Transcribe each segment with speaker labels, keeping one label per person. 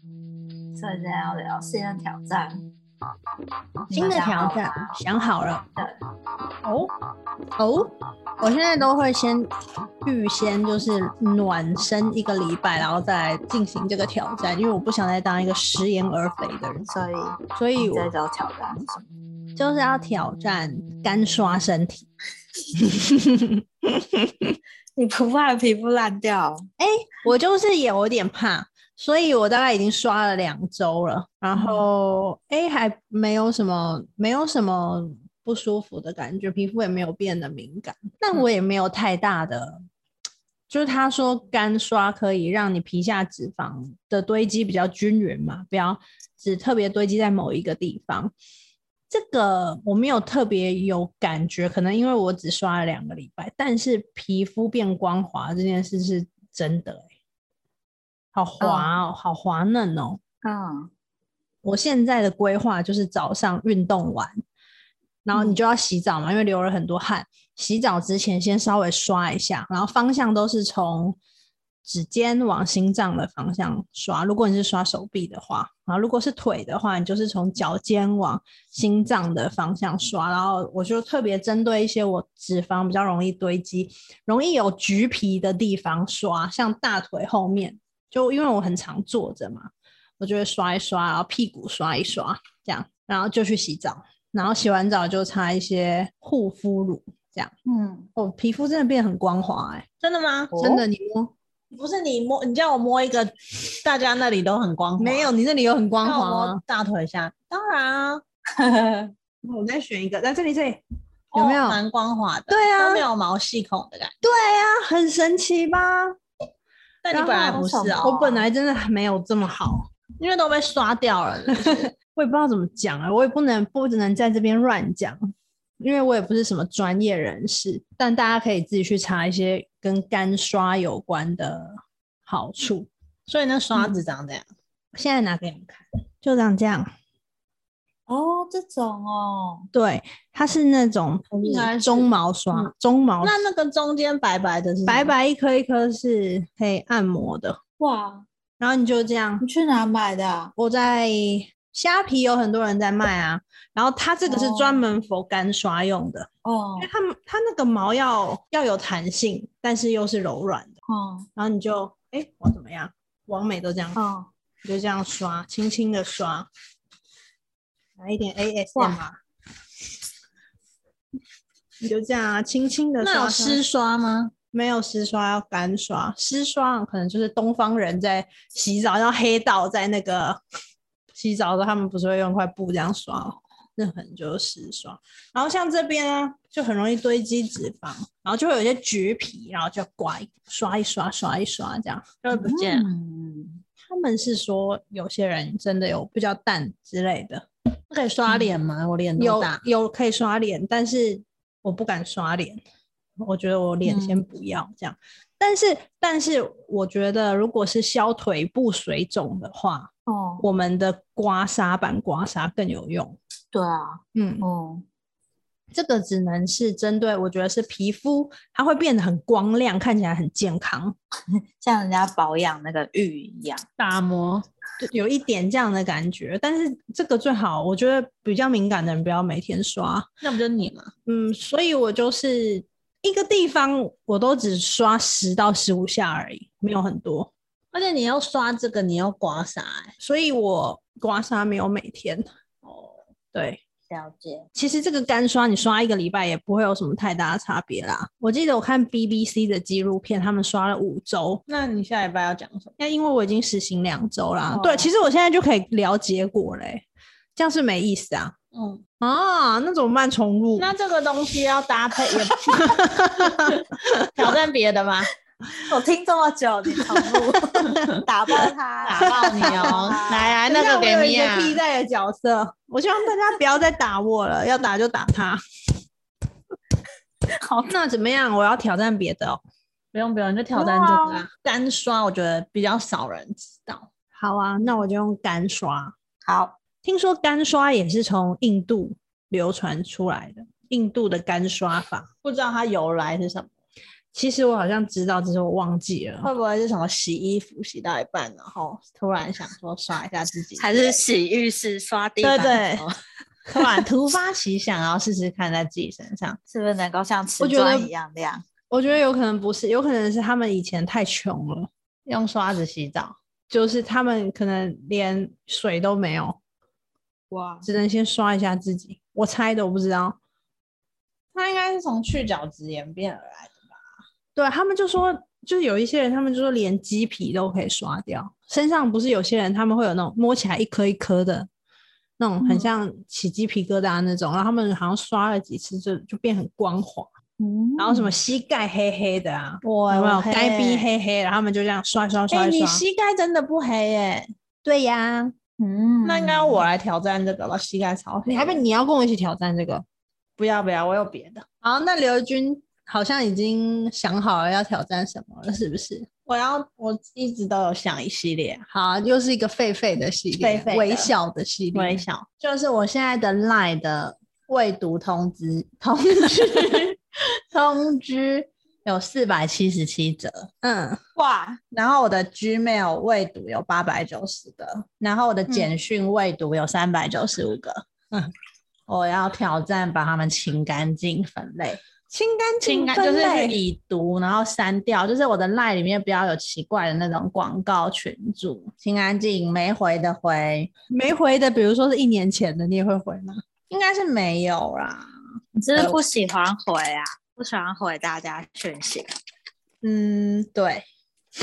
Speaker 1: 所以今天要聊新的挑战。
Speaker 2: 嗯
Speaker 3: 新的挑战想好了
Speaker 1: 对，
Speaker 3: 哦哦，我现在都会先预先就是暖身一个礼拜，然后再来进行这个挑战，因为我不想再当一个食言而肥的人，
Speaker 1: 所以
Speaker 3: 所以
Speaker 1: 这
Speaker 3: 我
Speaker 1: 周挑战是什么？
Speaker 3: 就是要挑战干刷身体。
Speaker 1: 你不怕皮肤烂掉？
Speaker 3: 我就是有点怕，所以我大概已经刷了两周了，然后
Speaker 1: 嗯
Speaker 3: 哎、诶还没有什么，没有什么不舒服的感觉，皮肤也没有变得敏感，但
Speaker 1: 嗯
Speaker 3: 我也没有太大的，就是他说干刷可以让你皮下脂肪的堆积比较均匀嘛，不要只特别堆积在某一个地方。这个我没有特别有感觉，可能因为我只刷了两个礼拜，但是皮肤变光滑这件事是真的、欸，好滑哦，好滑嫩哦。
Speaker 1: 嗯，
Speaker 3: 我现在的规划就是早上运动完，然后你就要洗澡嘛，因为流了很多汗。洗澡之前先稍微刷一下，然后方向都是从指尖往心脏的方向刷。如果你是刷手臂的话，然后如果是腿的话，你就是从脚尖往心脏的方向刷。然后我就特别针对一些我脂肪比较容易堆积、容易有橘皮的地方刷，像大腿后面，就因为我很常坐着嘛，我就会刷一刷，然后屁股刷一刷，这样，然后就去洗澡，然后洗完澡就擦一些护肤乳，这样，
Speaker 1: 嗯，
Speaker 3: 哦，皮肤真的变得很光滑、欸，哎，真的吗
Speaker 1: 哦
Speaker 3: 真的，你摸，
Speaker 2: 不是你摸，你叫我摸一个，大家那里都很光滑。
Speaker 3: 没有，你那里有很光
Speaker 2: 让我
Speaker 3: 滑啊
Speaker 2: 摸
Speaker 3: 吗？
Speaker 2: 大腿下，当然 啊，
Speaker 3: 我再选一个，在这里，这里，有没有
Speaker 2: 哦蛮光滑的？
Speaker 3: 对啊
Speaker 2: 都没有毛细孔的感觉。
Speaker 3: 对啊，很神奇吧？
Speaker 2: 但你
Speaker 3: 然
Speaker 2: 本来
Speaker 3: 后
Speaker 2: 不是
Speaker 1: 为什
Speaker 2: 啊
Speaker 1: 么，
Speaker 3: 我本来真的没有这么好，
Speaker 2: 因为都被刷掉了。
Speaker 3: 我也不知道怎么讲啊，我也不能不能在这边乱讲，因为我也不是什么专业人士，但大家可以自己去查一些跟干刷有关的好处。
Speaker 2: 所以那刷子长这样，
Speaker 3: 现在拿给你们看，就长这样。
Speaker 1: 哦，这种哦，
Speaker 3: 对，它是那种
Speaker 2: 应该是
Speaker 3: 中毛刷，
Speaker 2: 嗯
Speaker 3: 中毛
Speaker 2: 那那个中间白白的是什么
Speaker 3: 白，白一颗一颗是可以按摩的，
Speaker 1: 哇，
Speaker 3: 然后你就这样
Speaker 1: 你。去哪买的啊？
Speaker 3: 我在虾皮有很多人在卖啊，然后它这个是专
Speaker 1: 哦
Speaker 3: 门佛干刷用的，
Speaker 1: 哦
Speaker 3: 因为它们它那个毛要要有弹性，但是又是柔软的，
Speaker 1: 哦
Speaker 3: 然后你就哎、我怎么样，完美都这样，
Speaker 1: 哦，
Speaker 3: 你就这样刷，轻轻的刷，来一点 ASM
Speaker 1: 哇
Speaker 3: 啊，你就这样啊，轻轻的
Speaker 2: 那
Speaker 3: 刷
Speaker 2: 有
Speaker 3: 刷
Speaker 2: 湿刷吗？
Speaker 3: 没有湿刷，要干刷。湿刷可能就是东方人在洗澡，然后黑道在那个洗澡的时候，他们不是会用块布这样刷吗，那可能就是湿刷。然后像这边啊，就很容易堆积脂肪，然后就会有一些橘皮，然后就乖刷一刷，刷一刷，这样就会不见了。
Speaker 1: 嗯，
Speaker 3: 他们是说有些人真的有比较淡之类的，
Speaker 2: 可以刷脸吗？我脸那么
Speaker 3: 有
Speaker 2: 大，
Speaker 3: 有可以刷脸，但是我不敢刷脸，我觉得我脸
Speaker 2: 嗯
Speaker 3: 先不要这样。但是，但是我觉得如果是消腿部水肿的话，
Speaker 1: 哦，
Speaker 3: 我们的刮痧板刮痧更有用。
Speaker 1: 对啊，
Speaker 3: 嗯，
Speaker 1: 哦，
Speaker 3: 这个只能是针对我觉得是皮肤，它会变得很光亮，看起来很健康，
Speaker 1: 像人家保养那个浴一样，
Speaker 2: 打磨。
Speaker 3: 就有一点这样的感觉。但是这个最好，我觉得比较敏感的人不要每天刷。
Speaker 2: 那不就你吗？
Speaker 3: 嗯，所以我就是一个地方我都只刷十到十五下而已，没有很多，
Speaker 2: 而且你要刷这个，你要刮痧、欸，
Speaker 3: 所以我刮痧没有每天。哦，对，
Speaker 1: 了解，
Speaker 3: 其实这个干刷你刷一个礼拜也不会有什么太大的差别啦。我记得我看 BBC 的纪录片，他们刷了五周。
Speaker 2: 那你下礼拜要讲什么？
Speaker 3: 那因为我已经实行两周啦，
Speaker 1: 哦
Speaker 3: 对，其实我现在就可以聊结果嘞、这样是没意思啊。
Speaker 2: 嗯，
Speaker 3: 啊，那怎么办？重录？
Speaker 2: 那这个东西要搭配也挑战别的 吗？
Speaker 1: 我听这么久，你重录，打爆他，！
Speaker 2: 打爆你哦 来来，那
Speaker 3: 等一
Speaker 2: 个
Speaker 3: 下我有
Speaker 2: 给
Speaker 3: 一
Speaker 2: 你
Speaker 3: 哎个
Speaker 2: 啊！
Speaker 3: 替代的角色， 我希望大家不要再打我 了，要打就打他。
Speaker 1: 好，
Speaker 3: 那怎么样？我要挑战别的哦。
Speaker 2: 不用不用，你就挑战这个啊。干刷我觉得比较少人知道，
Speaker 3: 好啊，那我就用干刷。
Speaker 1: 好，
Speaker 3: 听说干刷也是从印度流传出来的，印度的干刷法。
Speaker 2: 不知道它由来是什么。
Speaker 3: 其实我好像知道，只是我忘记了。
Speaker 2: 会不会是什么洗衣服洗到一半，然后突然想说刷一下自己，
Speaker 1: 还是洗浴室刷地
Speaker 2: 对
Speaker 1: 板？
Speaker 2: 对，突然 突发奇想，然后试试看在自己身上。
Speaker 1: 是不是能够像瓷
Speaker 3: 我觉得
Speaker 1: 砖一样亮？
Speaker 3: 我觉得有可能不是，有可能是他们以前太穷了，
Speaker 2: 用刷子洗澡，
Speaker 3: 就是他们可能连水都没有，
Speaker 1: 哇，
Speaker 3: 只能先刷一下自己。我猜的，我不知道。
Speaker 2: 它应该是从去角质演变而来的吧？
Speaker 3: 对他们就说，就是有一些人，他们就说连鸡皮都可以刷掉。身上不是有些人他们会有那种摸起来一颗一颗的，那种很
Speaker 2: 嗯
Speaker 3: 像起鸡皮疙瘩那种，然后他们好像刷了几次就就变很光滑，
Speaker 2: 嗯
Speaker 3: 然后什么膝盖黑黑的啊，
Speaker 2: 我
Speaker 3: 有没有
Speaker 2: 我
Speaker 3: 该逼
Speaker 2: 耶？
Speaker 3: 黑黑的，然后他们就这样刷刷
Speaker 2: 哎、
Speaker 3: 刷一
Speaker 2: 你
Speaker 3: 刷。
Speaker 2: 膝盖真的不黑耶、
Speaker 3: 对呀，
Speaker 1: 嗯
Speaker 2: 那应该要我来挑战这个吧？膝盖超黑，
Speaker 3: 你还不你要跟我一起挑战这个？
Speaker 2: 不要不要，我有别的，
Speaker 3: 好，那刘军好像已经想好了要挑战什么了，是不是？
Speaker 2: 我要我一直都有想一系列啊
Speaker 3: 好，又是一个狒狒的系列，
Speaker 2: 狒狒的
Speaker 3: 微小的系列，
Speaker 2: 微小，就是我现在的 line 的未读通知 通知通知有四百七十七折，
Speaker 3: 嗯，
Speaker 1: 哇，
Speaker 2: 然后我的 Gmail 未读有八百九十个，然后我的简讯未读有三百九十五个。
Speaker 3: 嗯
Speaker 2: 我要挑战把它们清干净分类，
Speaker 3: 清干
Speaker 2: 清
Speaker 3: 净
Speaker 2: 干
Speaker 3: 分
Speaker 2: 就是
Speaker 3: 类。
Speaker 2: 已读，然后删掉，就是我的 line 里面不要有奇怪的那种广告群组，清干净没回的回，
Speaker 3: 没回的，比如说是一年前的，你也会回吗？
Speaker 2: 应该是没有啦。
Speaker 1: 你是不是不喜欢回啊？不喜欢回大家讯息，
Speaker 2: 嗯，对，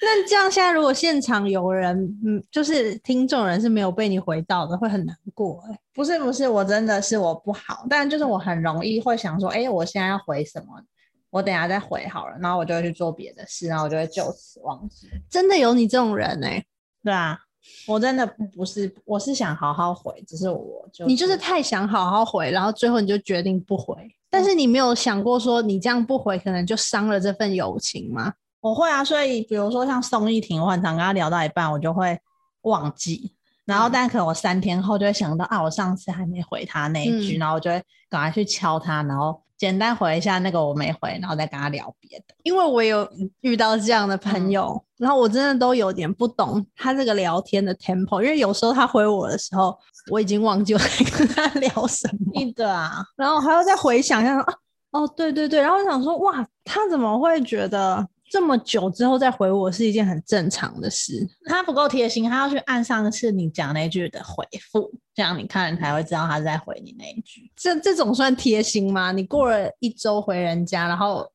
Speaker 3: 那这样现在如果现场有人，嗯，就是听众人是没有被你回到的，会很难过、欸。
Speaker 2: 不是不是，我真的是我不好，但就是我很容易会想说，哎、我现在要回什么？我等一下再回好了，然后我就会去做别的事，然后我就会就此忘记。
Speaker 3: 真的有你这种人哎、
Speaker 2: 对啊，我真的不是，我是想好好回，只是我就
Speaker 3: 你就是太想好好回，然后最后你就决定不回，但
Speaker 2: 嗯
Speaker 3: 是你没有想过说你这样不回，可能就伤了这份友情吗？
Speaker 2: 我会啊，所以比如说像宋一婷，我很常跟她聊到一半，我就会忘记，然后
Speaker 3: 嗯
Speaker 2: 但可能我三天后就会想到啊，我上次还没回她那一句，
Speaker 3: 嗯
Speaker 2: 然后我就会赶快去敲她，然后简单回一下那个我没回，然后再跟她聊别的。
Speaker 3: 因为我有遇到这样的
Speaker 2: 嗯
Speaker 3: 朋友，然后我真的都有点不懂他这个聊天的 tempo，因为有时候他回我的时候，我已经忘记我在跟他聊什么，
Speaker 2: 一个啊，
Speaker 3: 然后还要再回想一下啊，哦，对对对，然后我想说，哇，他怎么会觉得这么久之后再回我是一件很正常的事？
Speaker 2: 他不够贴心，他要去按上次你讲那句的回复，这样你看才会知道他是在回你那一句。
Speaker 3: 这这种算贴心吗？你过了一周回人家，然后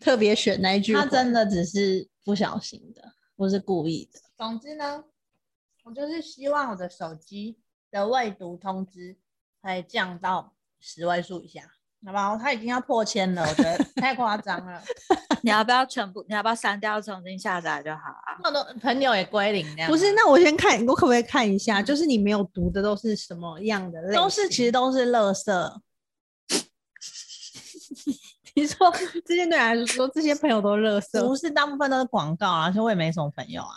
Speaker 3: 特别选那一句回，
Speaker 2: 他真的只是不小心的，不是故意的。总之呢，我就是希望我的手机的未读通知可以降到十位数以下，好不好？它已经要破千了，我觉得太夸张 了。
Speaker 1: 你要不要全部？你要不要删掉重新下载就好啊？
Speaker 2: 那我的朋友也归零这样啊，
Speaker 3: 不是？那我先看，我可不可以看一下？就是你没有读的都是什么样的类型？
Speaker 2: 都是其实都是垃圾。
Speaker 3: 你说这些对你来说，这些朋友都乐色
Speaker 2: 不，是大部分都是广告啊，所以我也没什么朋友啊。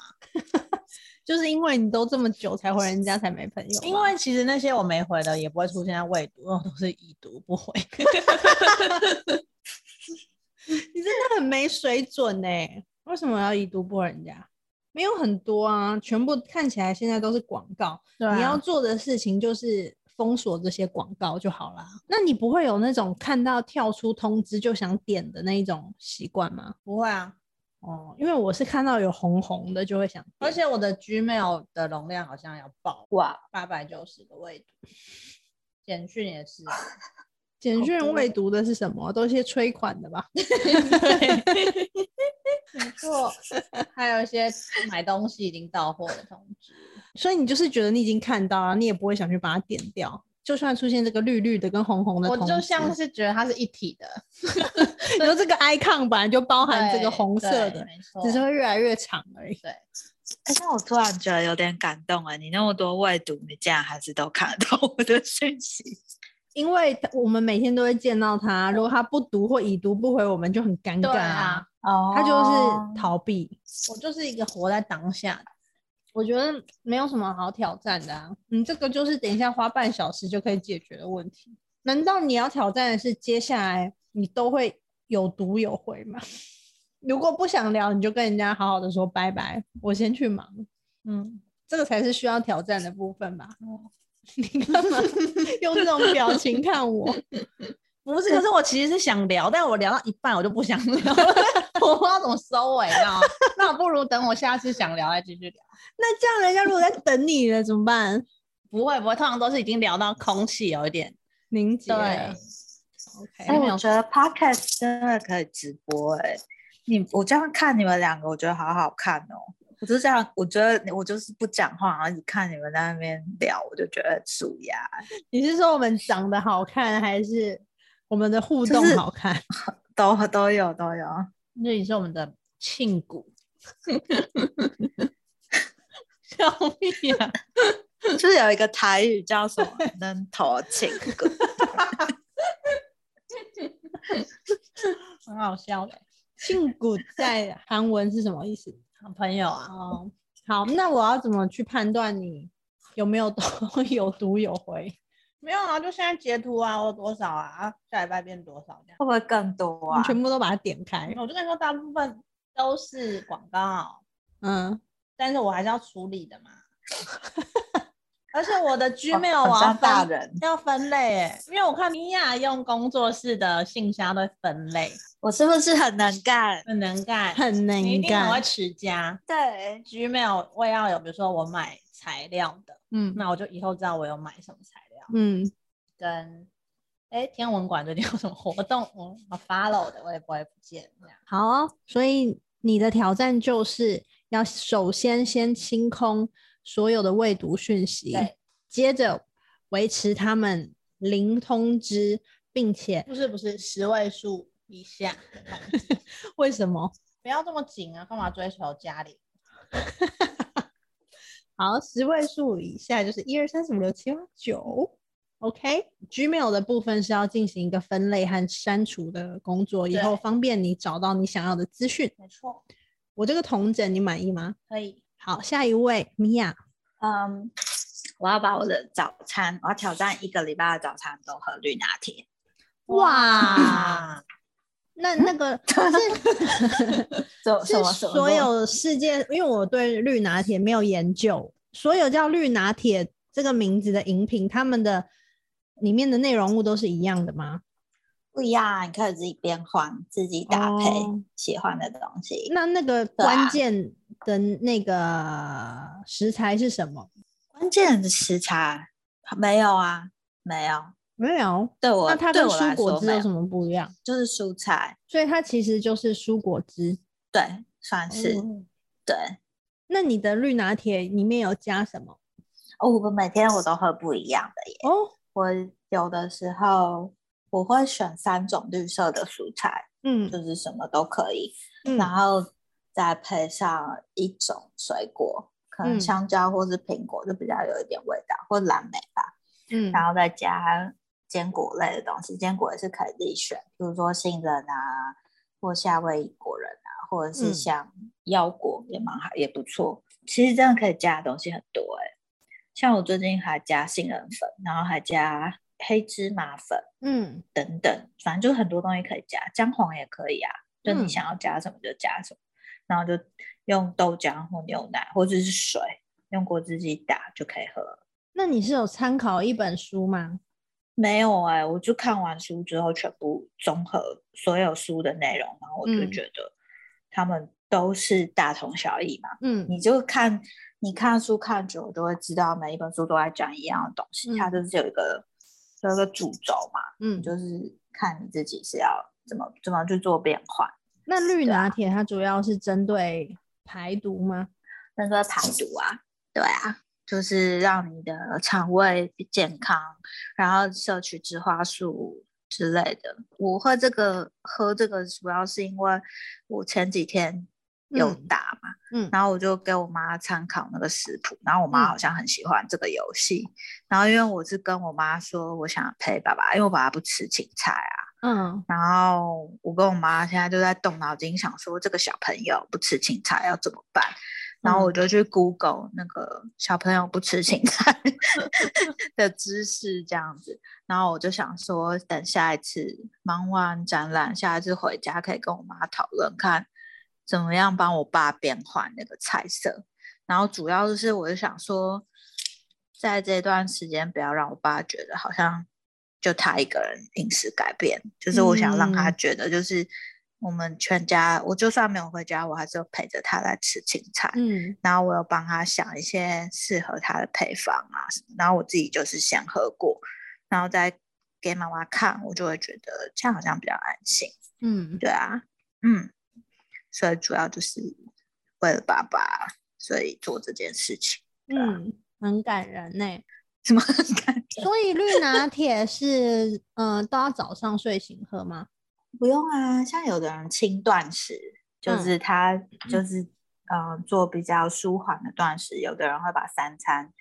Speaker 3: 就是因为你都这么久才回人家，才没朋友吗。
Speaker 2: 因为其实那些我没回的也不会出现在未读，因为我都是已读不 回。
Speaker 3: 你真的很没水准呢、欸为什么要已读不回人家？没有很多啊，全部看起来现在都是广告。
Speaker 2: 对啊
Speaker 3: 你要做的事情就是封锁这些广告就好啦。那你不会有那种看到跳出通知就想点的那一种习惯吗？
Speaker 2: 不会啊？
Speaker 3: 哦，因为我是看到有红红的就会想点，
Speaker 2: 而且我的 Gmail 的容量好像要爆
Speaker 1: 哇，
Speaker 2: 八百九十个位读，简讯也是啊。
Speaker 3: 简
Speaker 1: 好
Speaker 3: 讯
Speaker 1: 多
Speaker 3: 未读的是什么？都是些催款的吧？
Speaker 2: 没错，还有一些买东西已经到货的通 知。
Speaker 3: 所以你就是觉得你已经看到了，你也不会想去把它点掉。就算出现这个绿绿的跟红红的
Speaker 2: 我
Speaker 3: 通知，
Speaker 2: 就像是觉得它是一体的，
Speaker 3: 你说这个 icon 本来就包含这
Speaker 2: 对
Speaker 3: 个红色
Speaker 2: 对
Speaker 3: 的，
Speaker 2: 没错。
Speaker 3: 只是会越来越长而已。
Speaker 1: 哎、那我突然觉得有点感动哎，你那么多未读，你竟然还是都看得到我的讯息，
Speaker 3: 因为他我们每天都会见到他，如果他不读或已读不回，我们就很尴尬
Speaker 2: 对啊，，
Speaker 1: 哦
Speaker 3: 他就是逃避。
Speaker 2: 我就是一个活在当下的。
Speaker 3: 我觉得没有什么好挑战的啊，你这个就是等一下花半小时就可以解决的问题。难道你要挑战的是接下来你都会有读有回嘛。 如果不想聊，你就跟人家好好的说拜拜，我先去忙。嗯，这个才是需要挑战的部分吧。 你干 嘛用这种表情看我？
Speaker 2: 不是，可是我其实是想聊，但我聊到一半我就不想聊了， 我不知道怎么收尾，你知道吗？那我不如等我下次想聊再继续聊。
Speaker 3: 那这样人家如果在等你了怎么办？
Speaker 2: 不会不会，通常都是已经聊到空气有一点
Speaker 3: 凝结了。
Speaker 2: 对
Speaker 3: OK，
Speaker 1: 哎、我觉得 podcast 真的可以直播哎、你我这样看你们两个，我觉得好好看哦。我就这样，我觉得你我就是不讲话，然后一直看你们在那边聊，我就觉得很舒压。
Speaker 3: 你是说我们长得好看，还是我们的互
Speaker 1: 就
Speaker 3: 动
Speaker 1: 是
Speaker 3: 好看？
Speaker 1: 都都有都有，
Speaker 2: 那你是我们的庆骨，笑屁呀、
Speaker 1: 就是有一个台语叫什么“能头请歌
Speaker 2: 很好笑的。
Speaker 3: 性骨在韩文是什么意思？
Speaker 2: 好朋友啊，
Speaker 3: 哦，好，那我要怎么去判断你有没有都 有读有回？
Speaker 2: 没有啊，就现在截图啊，我有多少啊，啊下礼拜变多少这 样”，。
Speaker 1: 会不会更多
Speaker 3: 你
Speaker 1: 啊？
Speaker 3: 全部都把它点开。
Speaker 2: 我就跟你说，大部分都是广告，
Speaker 3: 嗯，
Speaker 2: 但是我还是要处理的嘛。 而且我的 Gmail
Speaker 1: 哦好
Speaker 2: 我要
Speaker 1: 像大
Speaker 2: 分
Speaker 1: 人，
Speaker 2: 要分类耶，因为我看米娅用工作室的信箱都会分类，
Speaker 1: 我是不是很能干？
Speaker 2: 很能干，
Speaker 3: 很能
Speaker 2: 你一定很会
Speaker 3: 干。
Speaker 2: 持家。
Speaker 1: 对，
Speaker 2: Gmail 我也要有，比如说我买材料的，
Speaker 3: 嗯
Speaker 2: 那我就以后知道我有买什么材料。
Speaker 3: 嗯，
Speaker 2: 跟哎天文馆最近有什么活动，我我 follow 的我也不会不见这样。
Speaker 3: 好哦。所以你的挑战就是要首先先清空所有的未读讯息
Speaker 2: 对，
Speaker 3: 接着维持他们零通知，并且
Speaker 2: 不是不是十位数以下的东西，
Speaker 3: 为什么？
Speaker 2: 不要这么紧啊，干嘛追求家里？
Speaker 3: 好，十位数以下就是一二三四五六七八九。OK，Gmail、的部分是要进行一个分类和删除的工作，以后
Speaker 2: 对
Speaker 3: 方便你找到你想要的资讯。
Speaker 2: 没错，
Speaker 3: 我这个同整你满意吗？
Speaker 2: 可以。
Speaker 3: 好，下一位米娅，
Speaker 1: 嗯，我要把我的早餐，我要挑战一个礼拜的早餐都喝绿拿铁。
Speaker 3: 哇，那那个是
Speaker 1: 什什
Speaker 3: 是
Speaker 1: 么什么
Speaker 3: 所有世界，因为我对绿拿铁没有研究，所有叫绿拿铁这个名字的饮品，它们的里面的内容物都是一样的吗？
Speaker 1: 不一样啊，你可以自己变换，自己搭配
Speaker 3: 哦
Speaker 1: 喜欢的东西。
Speaker 3: 那那个
Speaker 1: 对啊
Speaker 3: 关键的那个食材是什么？
Speaker 1: 关键的食材没有啊，没有。
Speaker 3: 没有。
Speaker 1: 对我
Speaker 3: 那它
Speaker 1: 对
Speaker 3: 跟
Speaker 1: 我来
Speaker 3: 蔬
Speaker 1: 说
Speaker 3: 果汁
Speaker 1: 没
Speaker 3: 有
Speaker 1: 有
Speaker 3: 什么不一样？
Speaker 1: 就是蔬菜，
Speaker 3: 所以它其实就是蔬果汁。
Speaker 1: 对，算是、
Speaker 3: 嗯
Speaker 1: 对。
Speaker 3: 那你的绿拿铁里面有加什么？
Speaker 1: 哦，我每天我都喝不一样的耶。
Speaker 3: 哦，
Speaker 1: 我有的时候我会选三种绿色的蔬菜，
Speaker 3: 嗯
Speaker 1: 就是什么都可以。
Speaker 3: 嗯
Speaker 1: 然后再配上一种水果，可
Speaker 3: 嗯
Speaker 1: 能香蕉或是苹果，就比较有一点味道，或蓝莓吧。
Speaker 3: 嗯
Speaker 1: 然后再加坚果类的东西，坚果也是可以自己选，比如说杏仁啊，或夏威夷果仁啊，或者
Speaker 3: 嗯
Speaker 1: 是像腰果也蛮好，也不错。其实真的可以加的东西很多哎、像我最近还加杏仁粉，然后还加黑芝麻粉。
Speaker 3: 嗯
Speaker 1: 等等，反正就很多东西可以加，姜黄也可以啊，就
Speaker 3: 嗯
Speaker 1: 你想要加什么就加什么，然后就用豆浆或牛奶或者是水，用果汁机打就可以喝了。
Speaker 3: 那你是有参考一本书吗？
Speaker 1: 没有哎、我就看完书之后，全部综合所有书的内容，然后我就
Speaker 3: 嗯
Speaker 1: 觉得他们都是大同小异嘛。
Speaker 3: 嗯
Speaker 1: 你就看，你看书看久，了就会知道每一本书都在讲一样的东西，它
Speaker 3: 嗯
Speaker 1: 就是有一个有一个主轴嘛。
Speaker 3: 嗯，
Speaker 1: 就是看你自己是要怎么怎么去做变换，
Speaker 3: 那绿
Speaker 1: 对啊
Speaker 3: 拿铁它主要是针对排毒吗？
Speaker 1: 那个排毒啊，对啊，就是让你的肠胃健康，然后摄取植花素之类的。我会这个喝这个主要是因为我前几天有
Speaker 3: 嗯
Speaker 1: 打嘛，
Speaker 3: 嗯
Speaker 1: 然后我就给我妈参考那个食谱，然后我妈好像很喜欢这个游戏，然后因为我是跟我妈说我想陪爸爸，因为我爸爸不吃芹菜啊。
Speaker 3: 嗯
Speaker 1: 然后我跟我妈现在就在动脑筋，想说这个小朋友不吃芹菜要怎么办？然后我就去 Google 那个小朋友不吃青菜的知识这样子，然后我就想说，等下一次忙完展览，下一次回家可以跟我妈讨论看怎么样帮我爸变换那个菜色。然后主要就是我就想说，在这段时间不要让我爸觉得好像就他一个人饮食改变，就是我想让他
Speaker 3: 嗯
Speaker 1: 觉得就是我们全家，我就算没有回家，我还是有陪着他来吃青菜。
Speaker 3: 嗯
Speaker 1: 然后我有帮他想一些适合他的配方啊什么，然后我自己就是先喝过，然后再给妈妈看，我就会觉得这样好像比较安心。
Speaker 3: 嗯，
Speaker 1: 对啊，嗯，所以主要就是为了爸爸，所以做这件事情。
Speaker 3: 嗯，很感人呢、
Speaker 1: 怎么感觉？
Speaker 3: 所以绿拿铁是，呃，都要早上睡醒喝吗？
Speaker 1: 不用啊，像有的人轻断食，就
Speaker 3: 嗯
Speaker 1: 是他就是嗯、呃做比较舒缓的断食，有的人会把三餐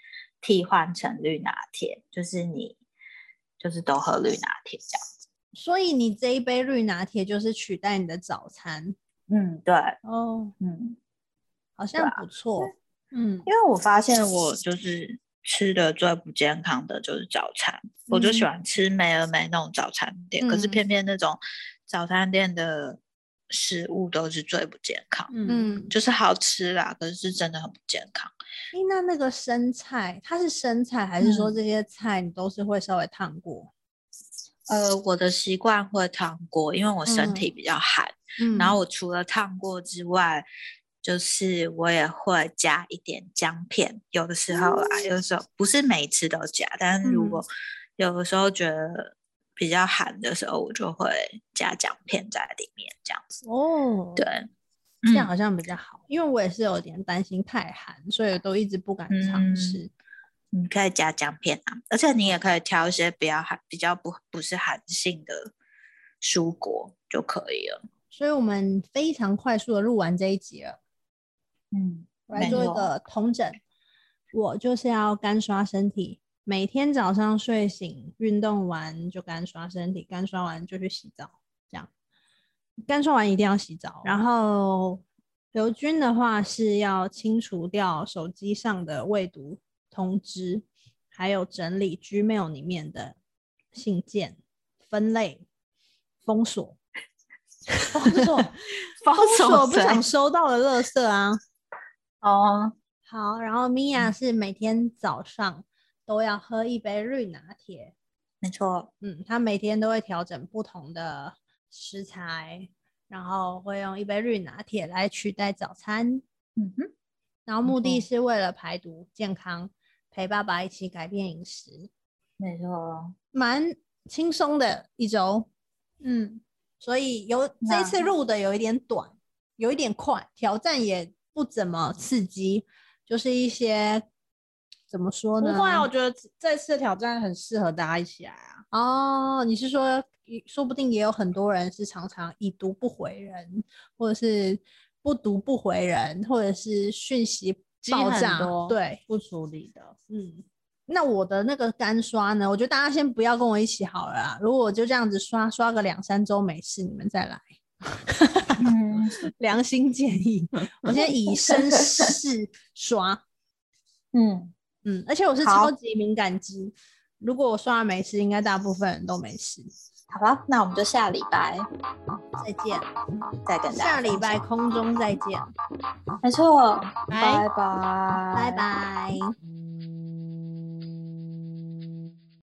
Speaker 1: 替换成绿拿铁，就是你就是都喝绿拿铁这样。
Speaker 3: 所以你这一杯绿拿铁就是取代你的早餐
Speaker 1: 嗯，对，
Speaker 3: 哦，啊
Speaker 1: 嗯，
Speaker 3: 好像不错。嗯
Speaker 1: 因为我发现我就是吃的最不健康的就是早餐，我就喜
Speaker 3: 嗯
Speaker 1: 欢吃美而美那种早餐店，可是
Speaker 3: 嗯
Speaker 1: 偏偏那种早餐店的食物都是最不健康，
Speaker 2: 嗯，
Speaker 3: 嗯，
Speaker 1: 就是好吃啦，可是真的很不健康。
Speaker 3: 诶那那个生菜，它是生菜还是说这些菜你都是会稍微烫过？
Speaker 1: 呃，我的习惯会烫过，因为我身体
Speaker 3: 嗯
Speaker 1: 比较寒，
Speaker 3: 嗯
Speaker 1: 然后我除了烫过之外。就是我也会加一点姜片，有的时候啦，啊有的时候不是每一次都加，但是如
Speaker 3: 嗯
Speaker 1: 果有的时候觉得比较寒的时候，我就会加姜片在里面，这样子。
Speaker 3: 哦，
Speaker 1: 对，，
Speaker 3: 这样
Speaker 1: 嗯
Speaker 3: 好像比较好，因为我也是有点担心太寒，所以都一直不敢尝
Speaker 1: 嗯
Speaker 3: 试。
Speaker 1: 你可以加姜片啊，而且你也可以挑一些比较寒、比较不不是寒性的蔬果就可以了。
Speaker 3: 所以我们非常快速的录完这一集了。
Speaker 1: 嗯，
Speaker 3: 我来
Speaker 1: 没
Speaker 3: 做一
Speaker 1: 错
Speaker 3: 个通诊。我就是要干刷身体，每天早上睡醒，运动完就干刷身体，干刷完就去洗澡，这样。干刷完一定要洗澡。然后刘军的话是要清除掉手机上的未读通知，还有整理 Gmail 里面的信件、分类、封锁。封锁，
Speaker 1: 封
Speaker 3: 封锁
Speaker 1: 锁
Speaker 3: 不
Speaker 1: 谁
Speaker 3: 想收到的垃圾啊！
Speaker 1: 哦，
Speaker 3: 好，然后米娅是每天早上都要喝一杯绿拿铁，
Speaker 1: 没错，
Speaker 3: 嗯，她每天都会调整不同的食材，然后会用一杯绿拿铁来取代早餐，
Speaker 1: 嗯哼，
Speaker 3: 然后目的
Speaker 1: 没
Speaker 3: 是为了排毒、健康，陪爸爸一起改变饮食，
Speaker 1: 没错。
Speaker 3: 蛮轻松的一周，嗯，所以有这一次
Speaker 1: 那
Speaker 3: 录的有一点短，有一点快，挑战也不怎么刺激，就是一些。怎么说
Speaker 2: 不
Speaker 3: 呢？
Speaker 2: 会啊，我觉得这次挑战很适合大家一起来啊。
Speaker 3: 哦，你是说，也说不定也有很多人是常常已读不回人，或者是不读不回人，或者是讯息
Speaker 2: 积
Speaker 3: 爆
Speaker 2: 很
Speaker 3: 炸，
Speaker 2: 多
Speaker 3: 对，
Speaker 2: 不处理的，
Speaker 3: 嗯。那我的那个干刷呢？我觉得大家先不要跟我一起好了啦。如果我就这样子刷刷个两三周没事，你们再来。
Speaker 1: 嗯，
Speaker 3: 良心建议， 我先以身试刷。
Speaker 1: 嗯，
Speaker 3: 嗯，而且我是
Speaker 1: 好
Speaker 3: 超级敏感肌，如果我刷了 没事，应该大部分人都没事。
Speaker 1: 好吧，那我们就下礼拜
Speaker 3: 再见，
Speaker 1: 再跟大家
Speaker 3: 下礼
Speaker 1: 分享
Speaker 3: 拜空中再见。
Speaker 1: 没错，
Speaker 2: 拜
Speaker 1: 拜，拜
Speaker 3: 拜拜。
Speaker 2: 嗯。